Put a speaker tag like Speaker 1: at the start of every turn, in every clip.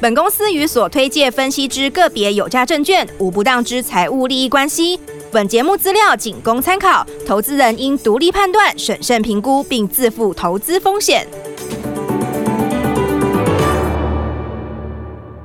Speaker 1: 本公司与所推介分析之个别有价证券无不当之财务利益关系。本节目资料仅供参考，投资人应独立判断、审慎评估，并自负投资风险。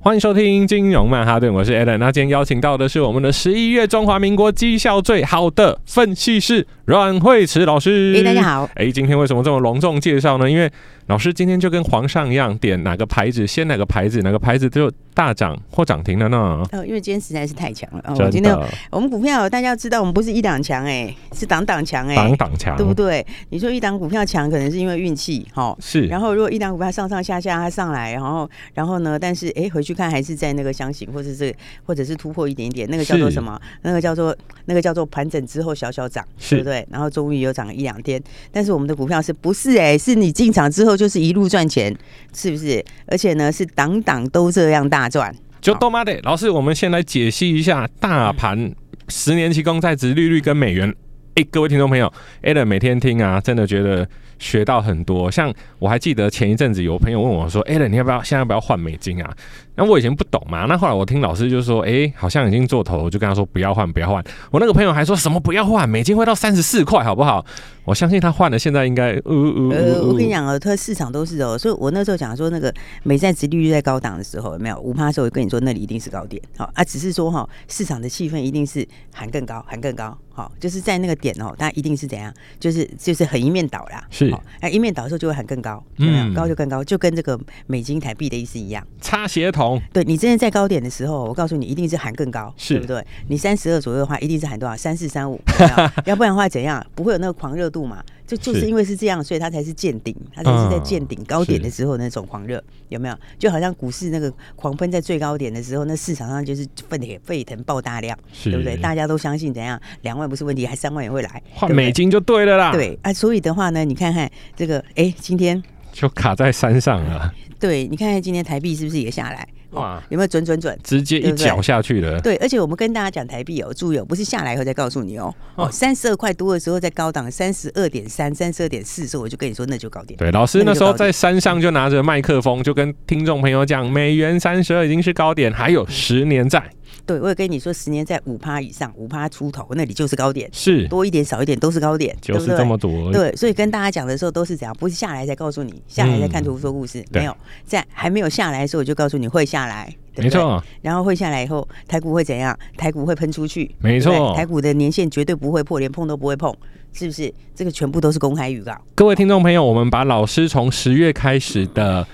Speaker 2: 欢迎收听金融曼哈顿，我是 Alan。那今天邀请到的是我们的十一月中华民国绩效最好的分析师阮慧慈老师。
Speaker 3: 哎、大家好。
Speaker 2: 哎，今天为什么这么隆重介绍呢？因为老师今天就跟皇上一样，点哪个牌子先哪个牌子，哪个牌子就大涨或涨停了呢？
Speaker 3: 呃，因为今天实在是太强了哦，我
Speaker 2: 真
Speaker 3: 今天
Speaker 2: 的，
Speaker 3: 我们股票大家要知道，我们不是一档强哎，是档档强哎，
Speaker 2: 挡挡强，
Speaker 3: 对不对？你说一档股票强，可能是因为运气哈。哦
Speaker 2: 是，
Speaker 3: 然后，如果一档股票上上下下它上来，然后，然后呢？但是，哎，回去看还是在那个箱型，或者是或者是突破一点点，那个叫做
Speaker 2: 是
Speaker 3: 什么？那个叫做那个叫做盘整之后小小涨，
Speaker 2: 是
Speaker 3: 对不对？然后终于有涨一两天，但是我们的股票是不是？哎，是你进场之后就是一路赚钱，是不是？而且呢，是档档都这样大赚。
Speaker 2: 就都妈的，老师，我们先来解析一下大盘十年期公债值利率跟美元。哎、各位听众朋友 a l a n 每天听啊，真的觉得学到很多。像我还记得前一阵子有朋友问我说 a l a n 你要不要现在要不要换美金啊？那我以前不懂嘛，那后来我听老师就说，哎、好像已经做头，我就跟他说不要换，不要换。我那个朋友还说什么不要换，美金会到三十四块，好不好？我相信他换了，现在应该，呃呃
Speaker 3: 呃，我跟你，讲哦，特市场都是哦，所以我那时候讲说，那个美债殖利率在高档的时候，有没有五趴的时候，我跟你说那里一定是高点，好、啊，只是说哈、市场的气氛一定是喊更高，喊更高，好、就是在那个点哦，它一定是怎样，就是就是很一面倒啦，
Speaker 2: 是
Speaker 3: 好那、一面倒的时候就会喊更高，有没有？
Speaker 2: 嗯
Speaker 3: 高就更高，就跟这个美金台币的意思一样。
Speaker 2: 擦鞋童
Speaker 3: 对你真的在高点的时候，我告诉你，一定是喊更高，
Speaker 2: 是
Speaker 3: 对不对？你三十二左右的话，一定是喊多少？三四 三五，有没有要不然的话怎样？不会有那个狂热度嘛？就就是
Speaker 2: 是
Speaker 3: 因为是这样，所以它才是见顶，它才是在见顶
Speaker 2: 嗯
Speaker 3: 高点
Speaker 2: 是
Speaker 3: 的时候那种狂热，有没有？就好像股市那个狂喷在最高点的时候，那市场上就是沸腾沸腾爆大量，
Speaker 2: 是
Speaker 3: 对不对？大家都相信怎样，两万不是问题，还三万也会来，
Speaker 2: 换
Speaker 3: 对不对
Speaker 2: 美金就对了啦，，
Speaker 3: 对啊，所以的话呢，你看看这个，哎，今天
Speaker 2: 就卡在山上了，
Speaker 3: 对你看看今天台币是不是也下来？
Speaker 2: 哇
Speaker 3: 哇，有没有准准准？
Speaker 2: 哦直接一脚下去了。
Speaker 3: 对，而且我们跟大家讲台币哦，注意哦，不是下来以后再告诉你哦。
Speaker 2: 哦
Speaker 3: 哦，三十二块多的时候在高档，三十二点三、三十二点四的时候，我就跟你说那就高点。
Speaker 2: 对，老师
Speaker 3: 那
Speaker 2: 那
Speaker 3: 个
Speaker 2: 时候
Speaker 3: 高点
Speaker 2: 在山上就拿着麦克风，就跟听众朋友讲，美元三十二已经是高点，还有十年债
Speaker 3: 对，我也跟你说，十年在五趴以上，五趴出头那里就是高点，
Speaker 2: 是
Speaker 3: 多一点少一点都是高点，
Speaker 2: 嗯就是
Speaker 3: 对不
Speaker 2: 这
Speaker 3: 对
Speaker 2: 么多。
Speaker 3: 对，所以跟大家讲的时候都是怎样，不是下来才告诉你，下来才看图说故事，
Speaker 2: 对
Speaker 3: 没有在还没有下来的时候我就告诉你会下来，对
Speaker 2: 没
Speaker 3: 不对。
Speaker 2: 错，
Speaker 3: 然后会下来以后，台股会怎样？台股会喷出去，
Speaker 2: 没
Speaker 3: 对不对
Speaker 2: 错
Speaker 3: 台股的年限绝对不会破，连碰都不会碰，是不是？这个全部都是公开预告。
Speaker 2: 各位听众朋友，我们把老师从十月开始的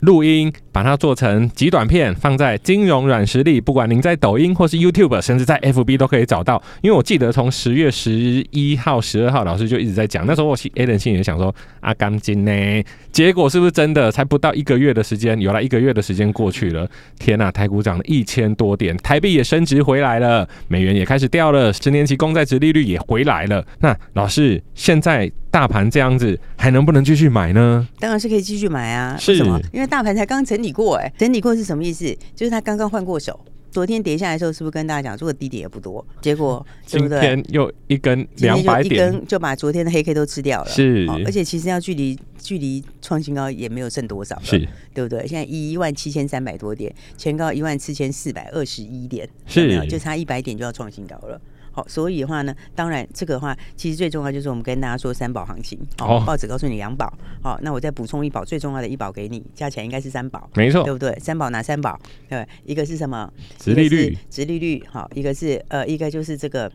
Speaker 2: 录音，把它做成极短片，放在金融软实力，不管您在抖音或是 YouTube，甚至在 FB 都可以找到。因为我记得从十月十一号、十二号，老师就一直在讲，那时候我心 A 人心里也想说啊，钢筋呢，结果是不是真的？才不到一个月的时间，有了一个月的时间过去了，天呐、台股涨了一千多点，台币也升值回来了，美元也开始掉了，十年期公债值利率也回来了。那老师，现在大盘这样子，还能不能继续买呢？
Speaker 3: 当然是可以继续买啊。
Speaker 2: 是
Speaker 3: 为什么？因为大盘才刚整理过、哎，整理过是什么意思？就是它刚刚换过手。昨天跌下来的时候，是不是跟大家讲，这个低点也不多，结果对
Speaker 2: 今
Speaker 3: 不对？
Speaker 2: 天又一根
Speaker 3: 今
Speaker 2: 两
Speaker 3: 天就
Speaker 2: 百
Speaker 3: 一
Speaker 2: 点，
Speaker 3: 根就把昨天的黑 K 都吃掉了，哦
Speaker 2: 是
Speaker 3: 而且其实要距离距离创新高也没有剩多少了，
Speaker 2: 是
Speaker 3: 对不对？现在一万七千三百多点，前高一万四千四百二十一点，
Speaker 2: 是
Speaker 3: 有没有就差一百点就要创新高了。好，所以的话呢，当然这个的话，其实最重要就是我们跟大家说三宝行情，
Speaker 2: 哦
Speaker 3: 报纸告诉你两宝，好、那我再补充一宝，最重要的一宝给你，加起来应该是三宝，
Speaker 2: 没错
Speaker 3: 对，不对？三宝哪三宝？对，一个是什么？
Speaker 2: 哦殖利率
Speaker 3: 一个是殖利率，好，一个是呃，一个就是这个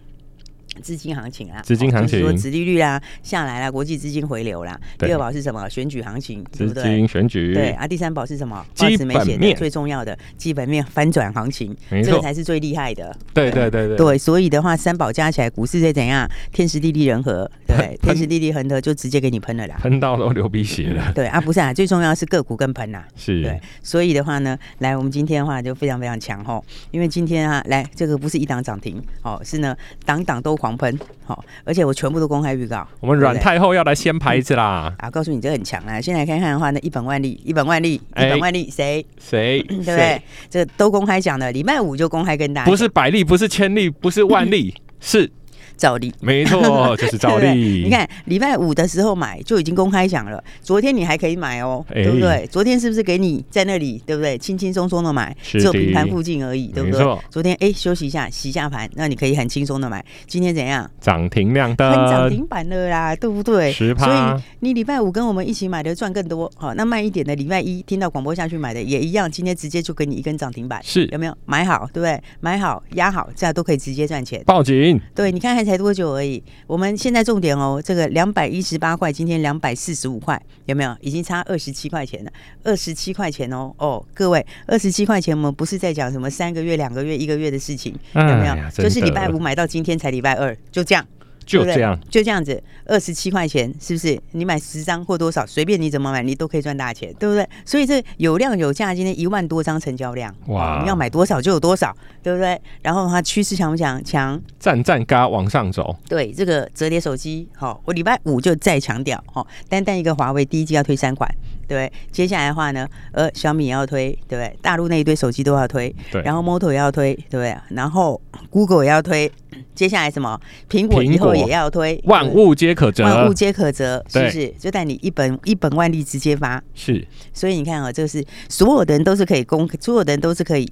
Speaker 3: 资金行情啦，
Speaker 2: 资金
Speaker 3: 哦
Speaker 2: 行情
Speaker 3: 就是说殖利率啦下来啦，国际资金回流啦。
Speaker 2: 对
Speaker 3: 第二宝是什么？选举行情，
Speaker 2: 资
Speaker 3: 对不对？
Speaker 2: 金选举，
Speaker 3: 对啊，第三宝是什么？
Speaker 2: 基
Speaker 3: 报纸没
Speaker 2: 本
Speaker 3: 写的
Speaker 2: 面
Speaker 3: 最重要的基本面翻转行情，
Speaker 2: 没
Speaker 3: 这个
Speaker 2: 错，
Speaker 3: 才是最厉害的。
Speaker 2: 对对对对，
Speaker 3: 对，所以的话，三宝加起来，股市再怎样，天时地利人和，对，
Speaker 2: 喷
Speaker 3: 天时地利人和就直接给你喷了啦。
Speaker 2: 喷到都流鼻血了，
Speaker 3: 对啊，不 是啊，最重要是个股跟喷呐、
Speaker 2: 是
Speaker 3: 对，所以的话呢，来我们今天的话就非常非常强吼，因为今天啊，来这个不是一档涨停，哦，是呢，档档都狂喷，好、而且我全部都公开预告。
Speaker 2: 我们阮
Speaker 3: 对不对
Speaker 2: 太后要来掀牌子啦，
Speaker 3: 啊，告诉你这很强啊！先来看看的话呢，一本万利，一本万利，一
Speaker 2: 哎
Speaker 3: 本万利，谁、
Speaker 2: 谁
Speaker 3: 对不
Speaker 2: 谁
Speaker 3: 对？这都公开讲的，礼拜五就公开跟大家
Speaker 2: 不是百利，不是千利，不是万利，是
Speaker 3: 照例。
Speaker 2: 没错，就是照
Speaker 3: 对不对
Speaker 2: 例。
Speaker 3: 你，看礼拜五的时候买就已经公开讲了，昨天你还可以买哦，
Speaker 2: 哎
Speaker 3: 对不对？昨天是不是给你在那里，对不对？轻轻松松的买，
Speaker 2: 是
Speaker 3: 只
Speaker 2: 的
Speaker 3: 有平盘附近而已，对不
Speaker 2: 没
Speaker 3: 对
Speaker 2: 错？
Speaker 3: 昨天哎休息一下，洗一下盘，那你可以很轻松的买。今天怎样？
Speaker 2: 涨停亮
Speaker 3: 很涨
Speaker 2: 灯，
Speaker 3: 停板了啦，对不对？所
Speaker 2: 10%
Speaker 3: 以你礼拜五跟我们一起买的赚更多，好，那慢一点的礼拜一听到广播下去买的也一样，今天直接就给你一根涨停板，
Speaker 2: 是
Speaker 3: 有没有？买好，对不对？买好压好，这样都可以直接赚钱。
Speaker 2: 报警，
Speaker 3: 对，你看还才多久而已。我们现在重点哦，这个两百一十八块，今天两百四十五块，有没有？已经差二十七块钱了，二十七块钱哦，哦，各位，二十七块钱，我们不是在讲什么三个月、两个月、一个月的事情，有没有？
Speaker 2: 哎呀
Speaker 3: 就是礼拜，
Speaker 2: 真
Speaker 3: 五
Speaker 2: 的
Speaker 3: 买到今天才礼拜二，就这样，对
Speaker 2: 就
Speaker 3: 不对
Speaker 2: 这样，
Speaker 3: 就这样子，二十七块钱是不是？你买十张或多少，随便你怎么买，你都可以赚大钱，对不对？所以这有量有价，今天一万多张成交量，
Speaker 2: 哇
Speaker 3: 哇，你要买多少就有多少，对不对？然后它趋势强不强？强。
Speaker 2: 站站嘎往上走，
Speaker 3: 对这个折叠手机，好、我礼拜五就再强调，好、单单一个华为第一季要推三款，对，接下来的话呢，呃，小米也要推，对不对？大陆那一堆手机都要推，
Speaker 2: 对
Speaker 3: 然后 Moto 也要推，对不对？然后 Google 也要推，接下来什么苹果以
Speaker 2: 苹
Speaker 3: 后
Speaker 2: 果
Speaker 3: 也要推，
Speaker 2: 万物皆可
Speaker 3: 对万
Speaker 2: 折
Speaker 3: 物，皆可折，是不是？就带你一本一本万利直接发，
Speaker 2: 是
Speaker 3: 所以你看啊、这个是所有的人都是可以公，所有的人都是可以。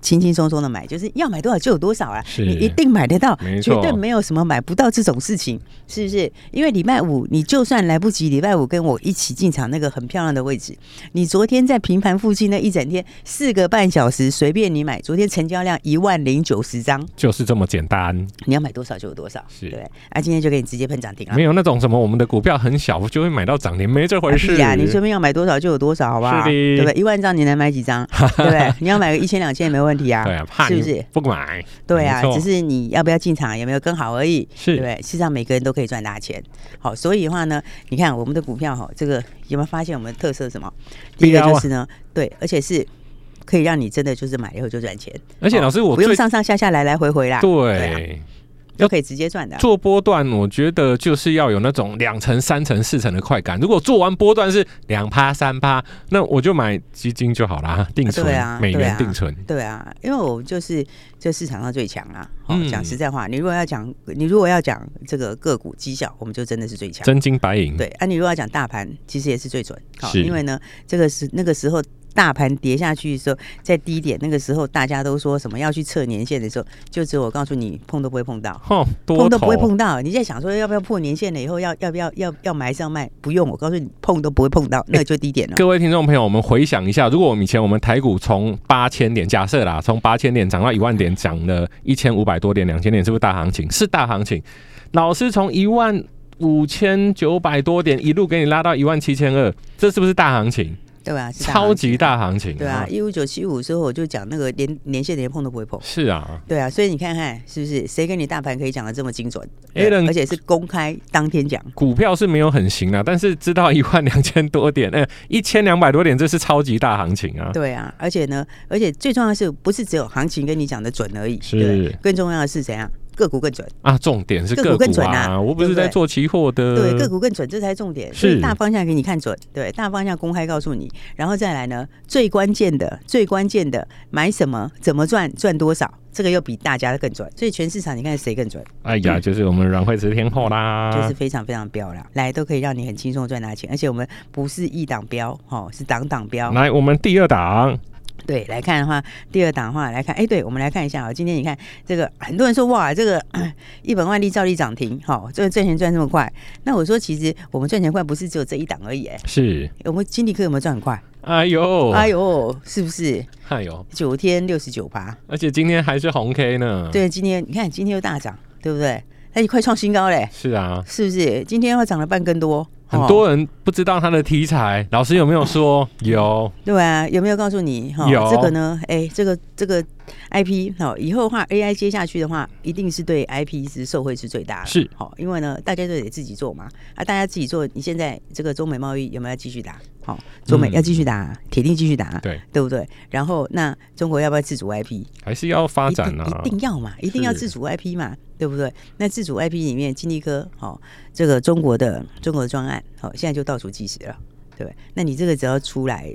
Speaker 3: 轻轻松松的买，就是要买多少就有多少啦，
Speaker 2: 是
Speaker 3: 你一定买得到
Speaker 2: 没，
Speaker 3: 绝
Speaker 2: 错
Speaker 3: 对没有什么买不到这种事情，是不是？因为礼拜五你就算来不及，礼拜五跟我一起进场那个很漂亮的位置，你昨天在平盘附近那一整天四个半小时，随便你买，昨天成交量一万零九十张，
Speaker 2: 就是这么简单，
Speaker 3: 你要买多少就有多少，
Speaker 2: 是
Speaker 3: 对不对？啊，今天就给你直接喷涨停了
Speaker 2: 没。有那种什么我们的股票很小就会买到涨停，没这回事
Speaker 3: 哎呀、你随便要买多少就有多少，好不好？
Speaker 2: 是的
Speaker 3: 对不对？一万张你能买 几张？对不对？你要买个一千、两千也没问题啊，
Speaker 2: 对啊，怕
Speaker 3: 是
Speaker 2: 你
Speaker 3: 不是？
Speaker 2: 不买，
Speaker 3: 对啊
Speaker 2: 没，错
Speaker 3: 只是你要不要进场，有没有更好而已，对
Speaker 2: 是
Speaker 3: 不对？事实上，每个人都可以赚大钱。好，所以的话呢，你看我们的股票哈，这个有没有发现我们的特色是什么？第一个
Speaker 2: 标啊
Speaker 3: 就是呢，对，而且是可以让你真的就是买以后就赚钱，
Speaker 2: 而且
Speaker 3: 哦
Speaker 2: 老师我
Speaker 3: 不用
Speaker 2: 最
Speaker 3: 上上下下来来回回啦，啊
Speaker 2: 对。
Speaker 3: 都可以直接赚的啊。
Speaker 2: 做波段，我觉得就是要有那种两层、三层、四层的快感。如果做完波段是两趴、三趴，那我就买基金就好啦，定存、
Speaker 3: 对啊
Speaker 2: 美
Speaker 3: 对
Speaker 2: 元
Speaker 3: 啊
Speaker 2: 定存。
Speaker 3: 对啊，因为我就是这市场上最强啊。哦
Speaker 2: 嗯，
Speaker 3: 讲实在话，你如果要讲，你如果要讲这个个股绩效，我们就真的是最强。
Speaker 2: 真金白银，
Speaker 3: 对，啊，你如果要讲大盘，其实也是最准。好、
Speaker 2: 是
Speaker 3: 因为呢，这个是那个时候大盘跌下去的时候，在低点那个时候，大家都说什么要去测年线的时候，就只有我告诉你，碰都不会碰到。
Speaker 2: 哼，多
Speaker 3: 碰都不会
Speaker 2: 头哦
Speaker 3: 碰到，你在想说要不要破年线了？以后要要不要要要埋上卖？不用，我告诉你，碰都不会碰到，那就低点了。
Speaker 2: 各位听众朋友，我们回想一下，如果我们以前我们台股从八千点，假设啦，从八千点涨到一万点，涨了一千五百多点、两千点，是不是大行情？是大行情。老师从一万五千九百多点一路给你拉到一万七千二，这是不是大行情？
Speaker 3: 对啊，是大
Speaker 2: 超
Speaker 3: 行
Speaker 2: 级
Speaker 3: 情
Speaker 2: 大行情，
Speaker 3: 对啊，，一五九七五之后我就讲那个连连线连碰都不会碰。
Speaker 2: 是啊，
Speaker 3: 对啊，所以你看看是不是谁跟你大盘可以讲的这么精准
Speaker 2: Alan-
Speaker 3: 而且是公开当天讲，
Speaker 2: 股票是没有很行啦，啊但是知道一万两千多点， 呃，一千两百多点，这是超级大行情啊！
Speaker 3: 对啊，而且呢，而且最重要的是不是只有行情跟你讲的准而已，
Speaker 2: 是
Speaker 3: 对不对更重要的是怎样个股更准，
Speaker 2: 啊，重点是
Speaker 3: 个股
Speaker 2: 个
Speaker 3: 更
Speaker 2: 股
Speaker 3: 准
Speaker 2: 啊，
Speaker 3: 啊
Speaker 2: 我不是
Speaker 3: 对不
Speaker 2: 在
Speaker 3: 对
Speaker 2: 做期货的，
Speaker 3: 对个股更准，这才是重点，
Speaker 2: 嗯是
Speaker 3: 所以大方向给你看准，对大方向公开告诉你，然后再来呢，最关键的最关键的买什么怎么赚赚多少，这个又比大家的更准，所以全市场你看谁更准，
Speaker 2: 哎呀，就是我们阮慧慈天后啦，
Speaker 3: 就是非常非常标啦，来都可以让你很轻松地赚大钱，而且我们不是一档标，哦，是档档标，
Speaker 2: 来，我们第二档
Speaker 3: 对，来看的话，第二档的话来看，哎，对，我们来看一下啊、今天你看这个，很多人说哇，这个 一本万利照例涨停，好、这个赚钱赚这么快。那我说，其实我们赚钱快不是只有这一档而已，哎，
Speaker 2: 是，
Speaker 3: 我们金立科有没有赚很快？
Speaker 2: 哎呦，
Speaker 3: 哎，呦，是不是
Speaker 2: 哎呦，
Speaker 3: 九天六十九趴？
Speaker 2: 而且今天还是红 K 呢，，
Speaker 3: 对，今天你看今天又大涨，对不对？它也快创新高嘞，
Speaker 2: 是啊，
Speaker 3: 是不是？今天要涨了半更多，
Speaker 2: 很
Speaker 3: 哦
Speaker 2: 多人不知道它的题材，老师有没有 说？有，
Speaker 3: 对啊，有没有告诉你哈？
Speaker 2: 有
Speaker 3: 这个呢，哎，这个这个 IP 好，以后的话 AI 接下去的话，一定是对 IP 是受惠是最大的。
Speaker 2: 是
Speaker 3: 好，因为呢，大家都得自己做嘛，啊，大家自己做，你现在这个中美贸易有没有要继续打？好，中美
Speaker 2: 嗯
Speaker 3: 要继续打，铁定继续打，
Speaker 2: 对，
Speaker 3: 对不对？然后那中国要不要自主 IP？
Speaker 2: 还是要发展
Speaker 3: 一定
Speaker 2: 啊
Speaker 3: 一。定要嘛，一定要
Speaker 2: 是
Speaker 3: 自主 IP 嘛，对不对？那自主 IP 里面，金立科哦，这个中国的中国的专案，好、现在就倒数计时了，对不对？那你这个只要出来，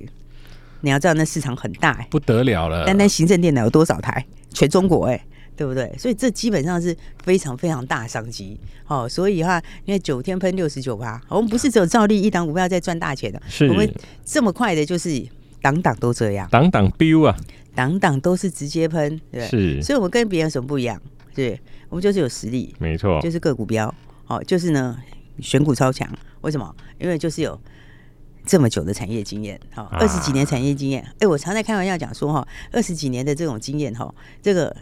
Speaker 3: 你要知道那市场很大、欸，
Speaker 2: 不得了了，
Speaker 3: 单单行政电脑有多少台？全中国哎、对不对？所以这基本上是非常非常大的商机哦。所以的话，你看九天喷六十九趴，我们不是只有照例一档股票在赚大钱的，
Speaker 2: 是
Speaker 3: 我们这么快的就是档档都这样，
Speaker 2: 挡挡 biu 啊，
Speaker 3: 档档都是直接喷，对不对？
Speaker 2: 是
Speaker 3: 所以我们跟别人有什么不一样？对，我们就是有实力，
Speaker 2: 没错
Speaker 3: 就，是个股标，哦，就是呢选股超强。为什么？因为就是有这么久的产业经验，哈、
Speaker 2: 啊
Speaker 3: 二十几年产业经验。哎、我常在开玩笑讲说，哈、哦二十几年的这种经验，哈、哦这个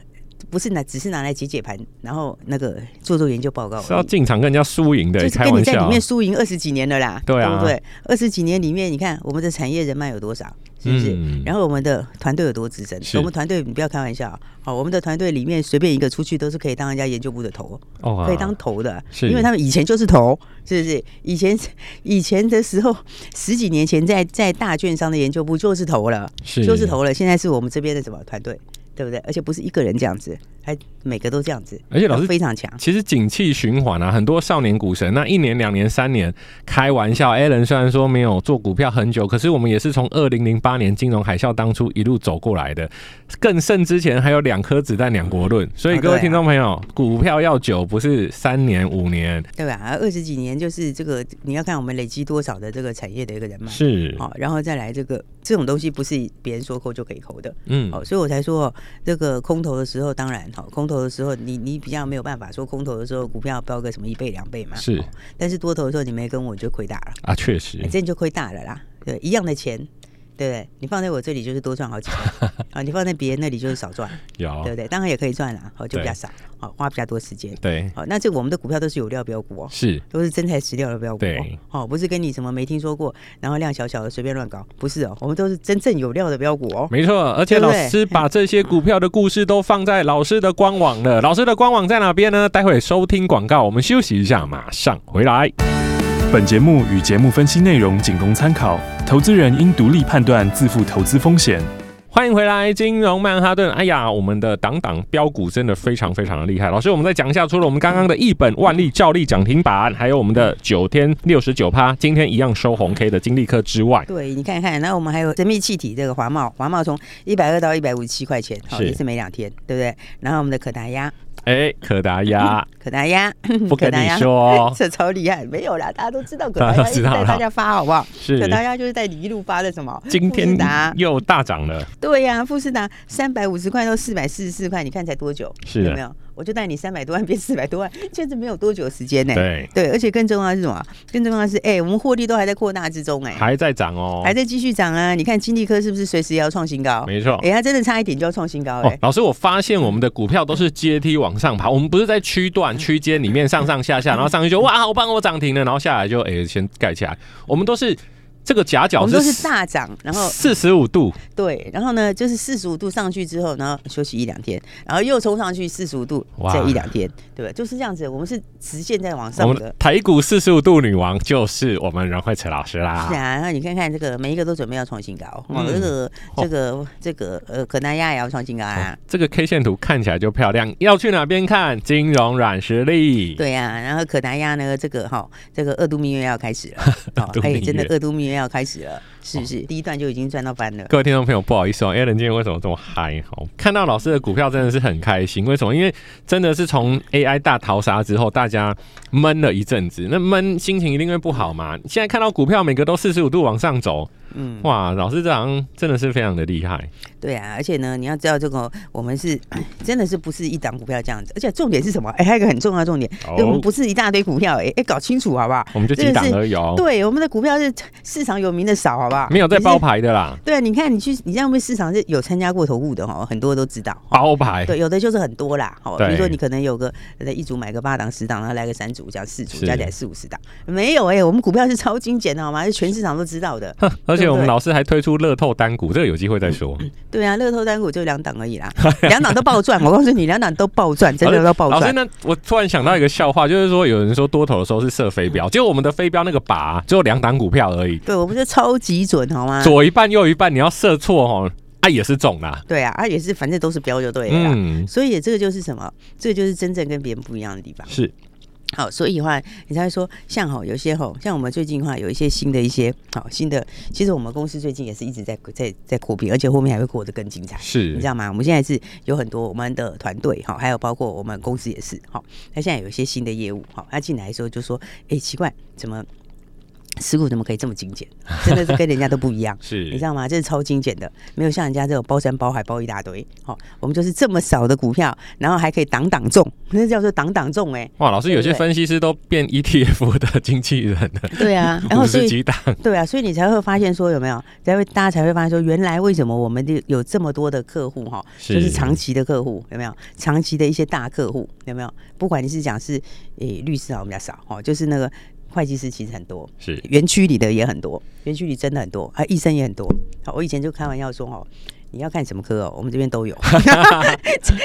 Speaker 3: 不是拿只是拿来解解盘，然后那个做做研究报告而已，
Speaker 2: 是要进场跟人家输赢的
Speaker 3: 就，是
Speaker 2: 开
Speaker 3: 跟你
Speaker 2: 玩
Speaker 3: 在里
Speaker 2: 笑
Speaker 3: 面，输赢二十几年了啦，
Speaker 2: 对啊
Speaker 3: 不对？二十几年里面，你看我们的产业人脉有多少，是不是？
Speaker 2: 嗯
Speaker 3: 然后我们的团队有多资深
Speaker 2: 是？
Speaker 3: 我们团队你不要开玩笑，啊好，我们的团队里面随便一个出去都是可以当人家研究部的头，
Speaker 2: 哦啊
Speaker 3: 可以当头的，
Speaker 2: 是
Speaker 3: 因为他们以前就是头，是不是？以前以前的时候，十几年前在在大券商的研究部就是头了，
Speaker 2: 是
Speaker 3: 就是头了。现在是我们这边的什么团队，对不对？而且不是一个人这样子，还每个都这样子，
Speaker 2: 而且老师
Speaker 3: 非常强。
Speaker 2: 其实景气循环啊，很多少年股神那一年、两年、三年，开玩笑，Alan 虽然说没有做股票很久，可是我们也是从二零零八年金融海啸当初一路走过来的。更甚之前还有两颗子弹两国论，所以
Speaker 3: 哦
Speaker 2: 各位
Speaker 3: 对啊
Speaker 2: 听众朋友，股票要久不是三年五年，
Speaker 3: 对吧？啊二十几年就是这个，你要看我们累积多少的这个产业的一个人脉，
Speaker 2: 是
Speaker 3: 好、然后再来这个这种东西不是别人说抠就可以抠的，
Speaker 2: 嗯
Speaker 3: 好、所以我才说哦这个空头的时候，当然好、哦空头的时候你你比较没有办法说空头的时候股票飙个什么一倍两倍嘛，
Speaker 2: 是
Speaker 3: 哦但是多头的时候你没跟我就亏大了，
Speaker 2: 啊，确实
Speaker 3: 你这就亏大了啦，对，一样的钱，对不对？你放在我这里就是多赚好几 倍啊，你放在别人那里就是少赚，
Speaker 2: 有
Speaker 3: 对不对？当然也可以赚啦，哦好就比较
Speaker 2: 哦对
Speaker 3: 少，好、花比较多时间，
Speaker 2: 对
Speaker 3: 好、那这个我们的股票都是有料标股哦。
Speaker 2: 是
Speaker 3: 都是真材实料的标股哦
Speaker 2: 对，
Speaker 3: 哦，不是跟你什么没听说过，然后量小小的随便乱搞，不是哦，我们都是真正有料的标股哦。
Speaker 2: 没错，而且
Speaker 3: 对不
Speaker 2: 老
Speaker 3: 对
Speaker 2: 师把这些股票的故事都放在老师的官网 了。老师的官网在哪边呢？待会收听广告，我们休息一下，马上回来。
Speaker 4: 本节目与节目分析内容仅供参考，投资人应独立判断，自负投资风险。
Speaker 2: 欢迎回来，金融曼哈顿。哎呀，我们的党党标股真的非常非常的厉害。老师，我们再讲一下，除了我们刚刚的一本万利照例涨停板，还有我们的九天六十九趴，今天一样收红 K 的金利科之外，
Speaker 3: 对，你看看，那我们还有神秘气体这个华茂，华茂从一百二到一百五十七块钱，好、
Speaker 2: 是
Speaker 3: 也是没两天，对不对？然后我们的可达鸭，
Speaker 2: 哎，可达鸭
Speaker 3: 可达鸭，
Speaker 2: 不跟
Speaker 3: 嗯可达
Speaker 2: 你
Speaker 3: 鸭
Speaker 2: 说
Speaker 3: 这超厉害，没有啦，大家都知道可
Speaker 2: 大家
Speaker 3: 达鸭
Speaker 2: 都
Speaker 3: 一
Speaker 2: 知
Speaker 3: 直
Speaker 2: 道
Speaker 3: 带
Speaker 2: 啦
Speaker 3: 大家发好不好？
Speaker 2: 是
Speaker 3: 可达鸭就是带你一路发的什么？
Speaker 2: 今
Speaker 3: 富
Speaker 2: 天
Speaker 3: 士达，
Speaker 2: 又大涨了，
Speaker 3: 对呀、富士达三百五十块到四百四十四块，你看才多久？
Speaker 2: 是
Speaker 3: 有没有？我就带你三百多万变四百多万，就是没有多久时间呢、
Speaker 2: 对，
Speaker 3: 对，而且更重要的是什么？更重要的是，哎、我们获利都还在扩大之中、哎，
Speaker 2: 还在涨哦，
Speaker 3: 还在继续涨啊！你看金利科是不是随时也要创新高？
Speaker 2: 没错。
Speaker 3: 哎、它真的差一点就要创新高、
Speaker 2: 哦
Speaker 3: 哎、，
Speaker 2: 老师，我发现我们的股票都是阶梯往上爬，我们不是在区段、
Speaker 3: 嗯
Speaker 2: 区间里面上上下下，然后上去就哇，好棒，我涨停了，然后下来就哎、先盖起来，我们都是这个夹角
Speaker 3: 我们都是大涨，然后
Speaker 2: 四十五度，
Speaker 3: 对，然后呢，就是四十五度上去之后，然后休息一两天，然后又冲上去四十五度，
Speaker 2: 哇
Speaker 3: 再一两天，对吧？就是这样子，我们是直线在往
Speaker 2: 我
Speaker 3: 上的
Speaker 2: 们。台股四十五度女王就是我们阮慧慈老师啦
Speaker 3: 是。啊，然后你看看这个，每一个都准备要创新高，哦，
Speaker 2: 嗯
Speaker 3: 这个
Speaker 2: 哦
Speaker 3: 这个这个呃，可南亚也要创新高啊，
Speaker 2: 这个 K 线图看起来就漂亮，要去哪边看？金融软实力。，
Speaker 3: 对呀、然后可达鸭呢，这个哈、这个二度蜜月要 开始了，哦
Speaker 2: 度蜜
Speaker 3: 哎、
Speaker 2: 月哦
Speaker 3: 真的二度蜜月要开始了，是不是？第一段就已经赚到翻了。
Speaker 2: 各位听众朋友，不好意思哦、a l a n 今天为什么这么嗨？好，看到老师的股票真的是很开心。为什么？因为真的是从 AI 大逃杀之后，大家闷了一阵子，那闷心情一定会不好嘛。现在看到股票每个都四十五度往上走，
Speaker 3: 嗯，
Speaker 2: 哇，老师这行真的是非常的厉害。
Speaker 3: 对啊，而且呢，你要知道这个，我们是 真的是不是一档股票这样子，而且重点是什么？哎、还有一个很重要的重点，
Speaker 2: 哦
Speaker 3: 因为我们不是一大堆股票、哎、哎，搞清楚好不好？
Speaker 2: 我们就几档而已哦，
Speaker 3: 对，啊我们的股票是 市场有名的少，好不好？
Speaker 2: 没有在
Speaker 3: 你是
Speaker 2: 包。牌的啦，
Speaker 3: 对啊，你看你去，你在外面市场是有参加过投顾的哦，很多都知道。
Speaker 2: 包牌，
Speaker 3: 对，有的就是很多啦，好，比
Speaker 2: 哎对
Speaker 3: 如说你可能有个呃一组买个八档十档，然后来个三组加四组，
Speaker 2: 是
Speaker 3: 加起来四五十档，没有哎、我们股票是超精简的好吗？是全市场都知道 的。
Speaker 2: 而且我
Speaker 3: 对不
Speaker 2: 们
Speaker 3: 对
Speaker 2: 老师还推出乐透单股，这个有机会再说。
Speaker 3: 对啊，乐透单股就两档而已啦，两档都爆赚，我告诉你，两档都爆赚，真的都爆
Speaker 2: 老师
Speaker 3: 赚。
Speaker 2: 呢，我突然想到一个笑话，就是说有人说多头的时候是射飞镖，结果我们的飞镖那个靶啊只有两档股票而已，
Speaker 3: 对，我们就超级准好吗？
Speaker 2: 左一半右一半，你要射错哦，啊也是中啦。
Speaker 3: 对啊，啊也是，反正都是标就对了啊啦。
Speaker 2: 嗯，
Speaker 3: 所以这个就是什么？这个就是真正跟别人不一样的地方。
Speaker 2: 是
Speaker 3: 好，所以的话，你才会说，像吼有些吼，像我们最近的话，有一些新的一些好新的，其实我们公司最近也是一直在在在扩编，而且后面还会扩得更精彩。你
Speaker 2: 是，
Speaker 3: 知，道吗？我们现在是有很多我们的团队哈，还有包括我们公司也是哈。那现在有一些新的业务哈，他进来的时候就说：“哎、奇怪，怎么持股怎么可以这么精简？真的是跟人家都不一样你知
Speaker 2: 是，
Speaker 3: 道吗？这是超精简的，没有像人家这种包山包海包一大堆。好，我们就是这么少的股票，然后还可以挡挡中，那叫做挡挡中哎、
Speaker 2: 哇，老师有些
Speaker 3: 对不对
Speaker 2: 分析师都变 ETF 的经纪人 了，
Speaker 3: 对啊然
Speaker 2: 五
Speaker 3: 后所
Speaker 2: 十
Speaker 3: 以
Speaker 2: 几档，
Speaker 3: 对啊，所以你才会发现说有没有，才会大家才会发现说，原来为什么我们的有这么多的客户哈，
Speaker 2: 是
Speaker 3: 就是长期的客户有没有？长期的一些大客户有没有？不管你是讲是诶、律师啊，我们家少哦，就是那个会计师其实很多，
Speaker 2: 是
Speaker 3: 园区里的也很多，园区里真的很多，啊，医生也很多。好，我以前就开玩笑说哦。你要看什么科哦？我们这边都有，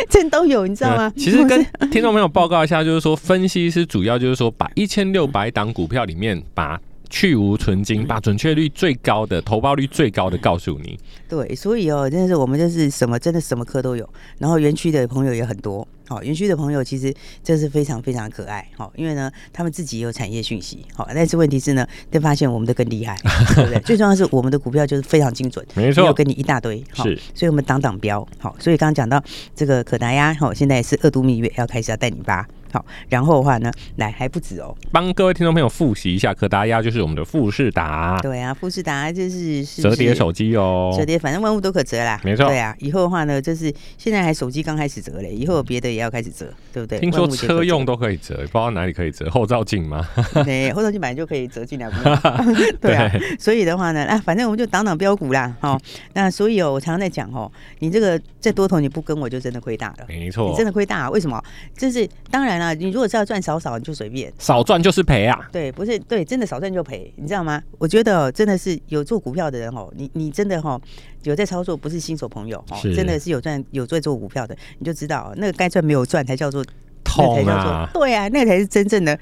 Speaker 3: 真都有，你知道吗？
Speaker 2: 嗯其实跟听众朋友报告一下，就是说分析师主要就是说把一千六百档股票里面把。去无存
Speaker 3: 嗯
Speaker 2: 金，把准确率最高的、投报率最高的告诉你。
Speaker 3: 对，所以哦，真的是我们就是什么，真的什么科都有。然后园区的朋友也很多，好、园区的朋友其实这是非常非常可爱，好、因为呢，他们自己也有产业讯息，好、但是问题是呢，就发现我们的更厉害，对不 对？最重要的是我们的股票就是非常精准，
Speaker 2: 没
Speaker 3: 没有
Speaker 2: 错，
Speaker 3: 跟你一大堆，好
Speaker 2: 是
Speaker 3: 所以我们挡挡标，好，所以刚刚讲到这个可达鸭，好、现在也是二度蜜月要开始要带你吧，好，然后的话呢，来还不止哦，
Speaker 2: 帮各位听众朋友复习一下，可达鸭就是我们的富士达
Speaker 3: 对啊，富士达就是是不
Speaker 2: 折叠
Speaker 3: 是
Speaker 2: 手机哦，
Speaker 3: 折叠，反正万物都可折啦，
Speaker 2: 没错
Speaker 3: 对啊，以后的话呢，就是现在还手机刚开始折嘞，以后有别的也要开始折，对不对？
Speaker 2: 听说
Speaker 3: 万物皆可折
Speaker 2: 车用，都可以折，不知道哪里可以折，后照镜吗？
Speaker 3: 对，后头就本来就可以折进来，不 是吗 对啊。所以的话呢，啊，反正我们就挡挡标股啦，
Speaker 2: 嗯
Speaker 3: 哈、那所以哦，我常常在讲哦，你这个再多头你不跟我就真的亏大了。
Speaker 2: 没
Speaker 3: 你
Speaker 2: 错
Speaker 3: 真，的亏大、为什么？就是当然啦、你如果是要赚少少，你就随便。
Speaker 2: 少赚就是赔啊。
Speaker 3: 对，不是对，真的少赚就赔，你知道吗？我觉得哦真的是有做股票的人哦，你你真的哈、哦、有在操作，不是新手朋友哦，
Speaker 2: 是
Speaker 3: 真的是有赚有在做股票的，你就知道、哦、那个该赚没有赚才叫做那才
Speaker 2: 痛
Speaker 3: 叫做、
Speaker 2: 啊！
Speaker 3: 对啊，那才是真正的。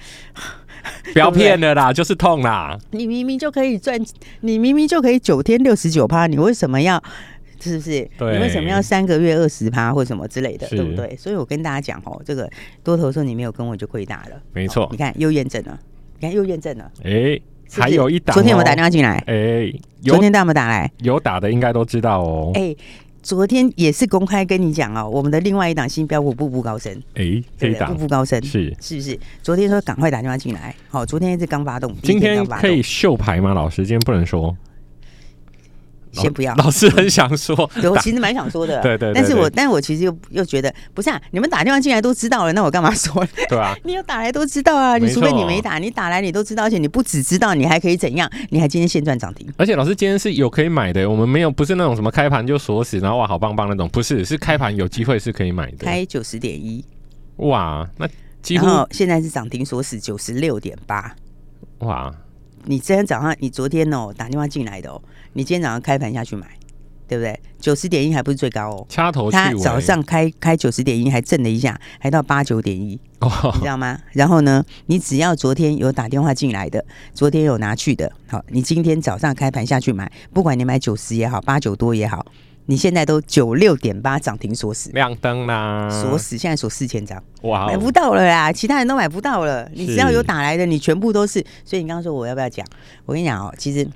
Speaker 2: 不要骗了啦，就是痛啊啦。
Speaker 3: 你明明就可以赚，你明明就可以九天六十九趴，你为什么要？是不是？
Speaker 2: 对
Speaker 3: 你为什么要三个月二十趴或什么之类的，
Speaker 2: 是
Speaker 3: 对不对？所以我跟大家讲哦，这个多头说你没有跟我就亏大了，
Speaker 2: 没错
Speaker 3: 哦你看又验证了，你看又验证了，
Speaker 2: 哎，
Speaker 3: 是不是
Speaker 2: 还有一档哦，
Speaker 3: 昨天我们打电话进来，
Speaker 2: 哎，有
Speaker 3: 昨天他们打来，
Speaker 2: 有打的应该都知道哦。
Speaker 3: 哎、昨天也是公开跟你讲哦，我们的另外一档新标股步步高升，
Speaker 2: 哎，这
Speaker 3: 对
Speaker 2: 一
Speaker 3: 不对？步
Speaker 2: 档
Speaker 3: 步高升
Speaker 2: 是
Speaker 3: 是不是？昨天说赶快打电话进来，好、昨天是刚发动，
Speaker 2: 今
Speaker 3: 第一
Speaker 2: 天
Speaker 3: 天刚发
Speaker 2: 可以
Speaker 3: 动，
Speaker 2: 秀牌吗？老师，今天不能说。
Speaker 3: 先不要。
Speaker 2: 老师很想 说，
Speaker 3: 对，我
Speaker 2: 打
Speaker 3: 其实蛮想说的，
Speaker 2: 对对对
Speaker 3: 但是
Speaker 2: 对
Speaker 3: 我，但我其实又又觉得，不是啊，你们打电话进来都知道了，那我干嘛说？
Speaker 2: 对啊，
Speaker 3: 你有打来都知道啊，你
Speaker 2: 没
Speaker 3: 除非你
Speaker 2: 错
Speaker 3: 没打，你打来你都知道，而且你不只知道，你还可以怎样？你还今天现赚涨停，
Speaker 2: 而且老师今天是有可以买的，我们没有不是那种什么开盘就锁死，然后哇好棒棒那种，不是，是开盘有机会是可以买的。
Speaker 3: 开九十点一，
Speaker 2: 哇，那几
Speaker 3: 然
Speaker 2: 乎
Speaker 3: 后现在是涨停锁死九十六点八，
Speaker 2: 哇，
Speaker 3: 你今天早上，你昨天哦打电话进来的哦，你今天早上开盘下去买，对不对？九十点一还不是最高哦，
Speaker 2: 掐头去
Speaker 3: 它
Speaker 2: 尾。欸
Speaker 3: 早上开开九十点一还震了一下，还到八九点一，
Speaker 2: 哦
Speaker 3: 你知道吗？然后呢，你只要昨天有打电话进来的，昨天有拿去的，好，你今天早上开盘下去买，不管你买九十也好，八九多也好，你现在都九六点八涨停锁死。
Speaker 2: 亮灯啦，
Speaker 3: 锁死，现在锁四千张，
Speaker 2: 哇
Speaker 3: 买不
Speaker 2: 哦，
Speaker 3: 到了啦，其他人都买不到了。你
Speaker 2: 是
Speaker 3: 只要有打来的，你全部都是。所以你刚刚说我要不要讲？我跟你讲哦，其实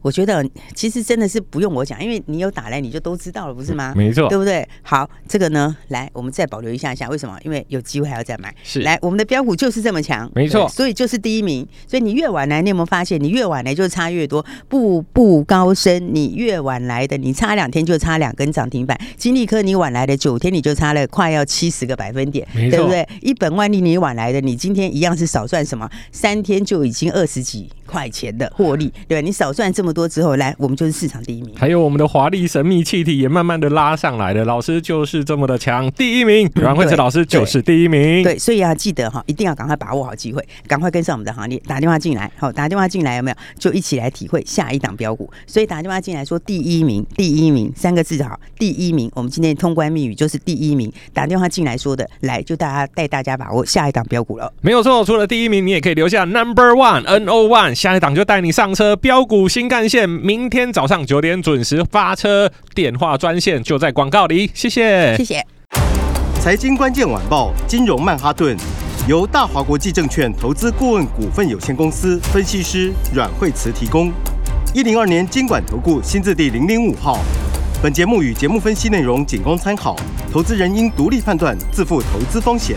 Speaker 3: 我觉得其实真的是不用我讲，因为你有打来你就都知道了，不是吗？
Speaker 2: 没错
Speaker 3: 对，不对？好，这个呢，来，我们再保留一下下，为什么？因为有机会还要再买。
Speaker 2: 是
Speaker 3: 来，我们的标股就是这么强，
Speaker 2: 没错
Speaker 3: 对所以就是第一名。所以你越晚来，你有没有发现，你越晚来就差越多，步步高升。你越晚来的，你差两天就差两根涨停板。金利科你晚来的九天，你就差了快要七十个百分点，
Speaker 2: 没错
Speaker 3: 对不对？一本万利你晚来的，你今天一样是少赚什么？三天就已经二十几块钱的获利，对吧？你少赚这么多之后，来，我们就是市场第一名。
Speaker 2: 还有我们的华丽神秘气体也慢慢的拉上来了，老师就是这么的强，第一名，阮慧慈老师就是第一名，
Speaker 3: 嗯对，所以啊，记得哈，一定要赶快把握好机会，赶快跟上我们的行列，打电话进来，好，打电话进来有没有？就一起来体会下一档标股。所以打电话进来说第一名，第一名三个字好，第一名，我们今天通关密语就是第一名。打电话进来说的，来就大家带大家把握下一档标股了。
Speaker 2: 没有错。除了第一名，你也可以留下 number one N O one，下一档就带你上车，标股新干线，明天早上九点准时发车，电话专线就在广告里，谢谢
Speaker 3: 谢。谢。
Speaker 5: 财经关键晚报，金融曼哈顿，由大华国际证券投资顾问股份有限公司分析师阮惠慈提供。一零二年经管投顾新字第零零五号。本节目与节目分析内容仅供参考，投资人应独立判断，自负投资风险。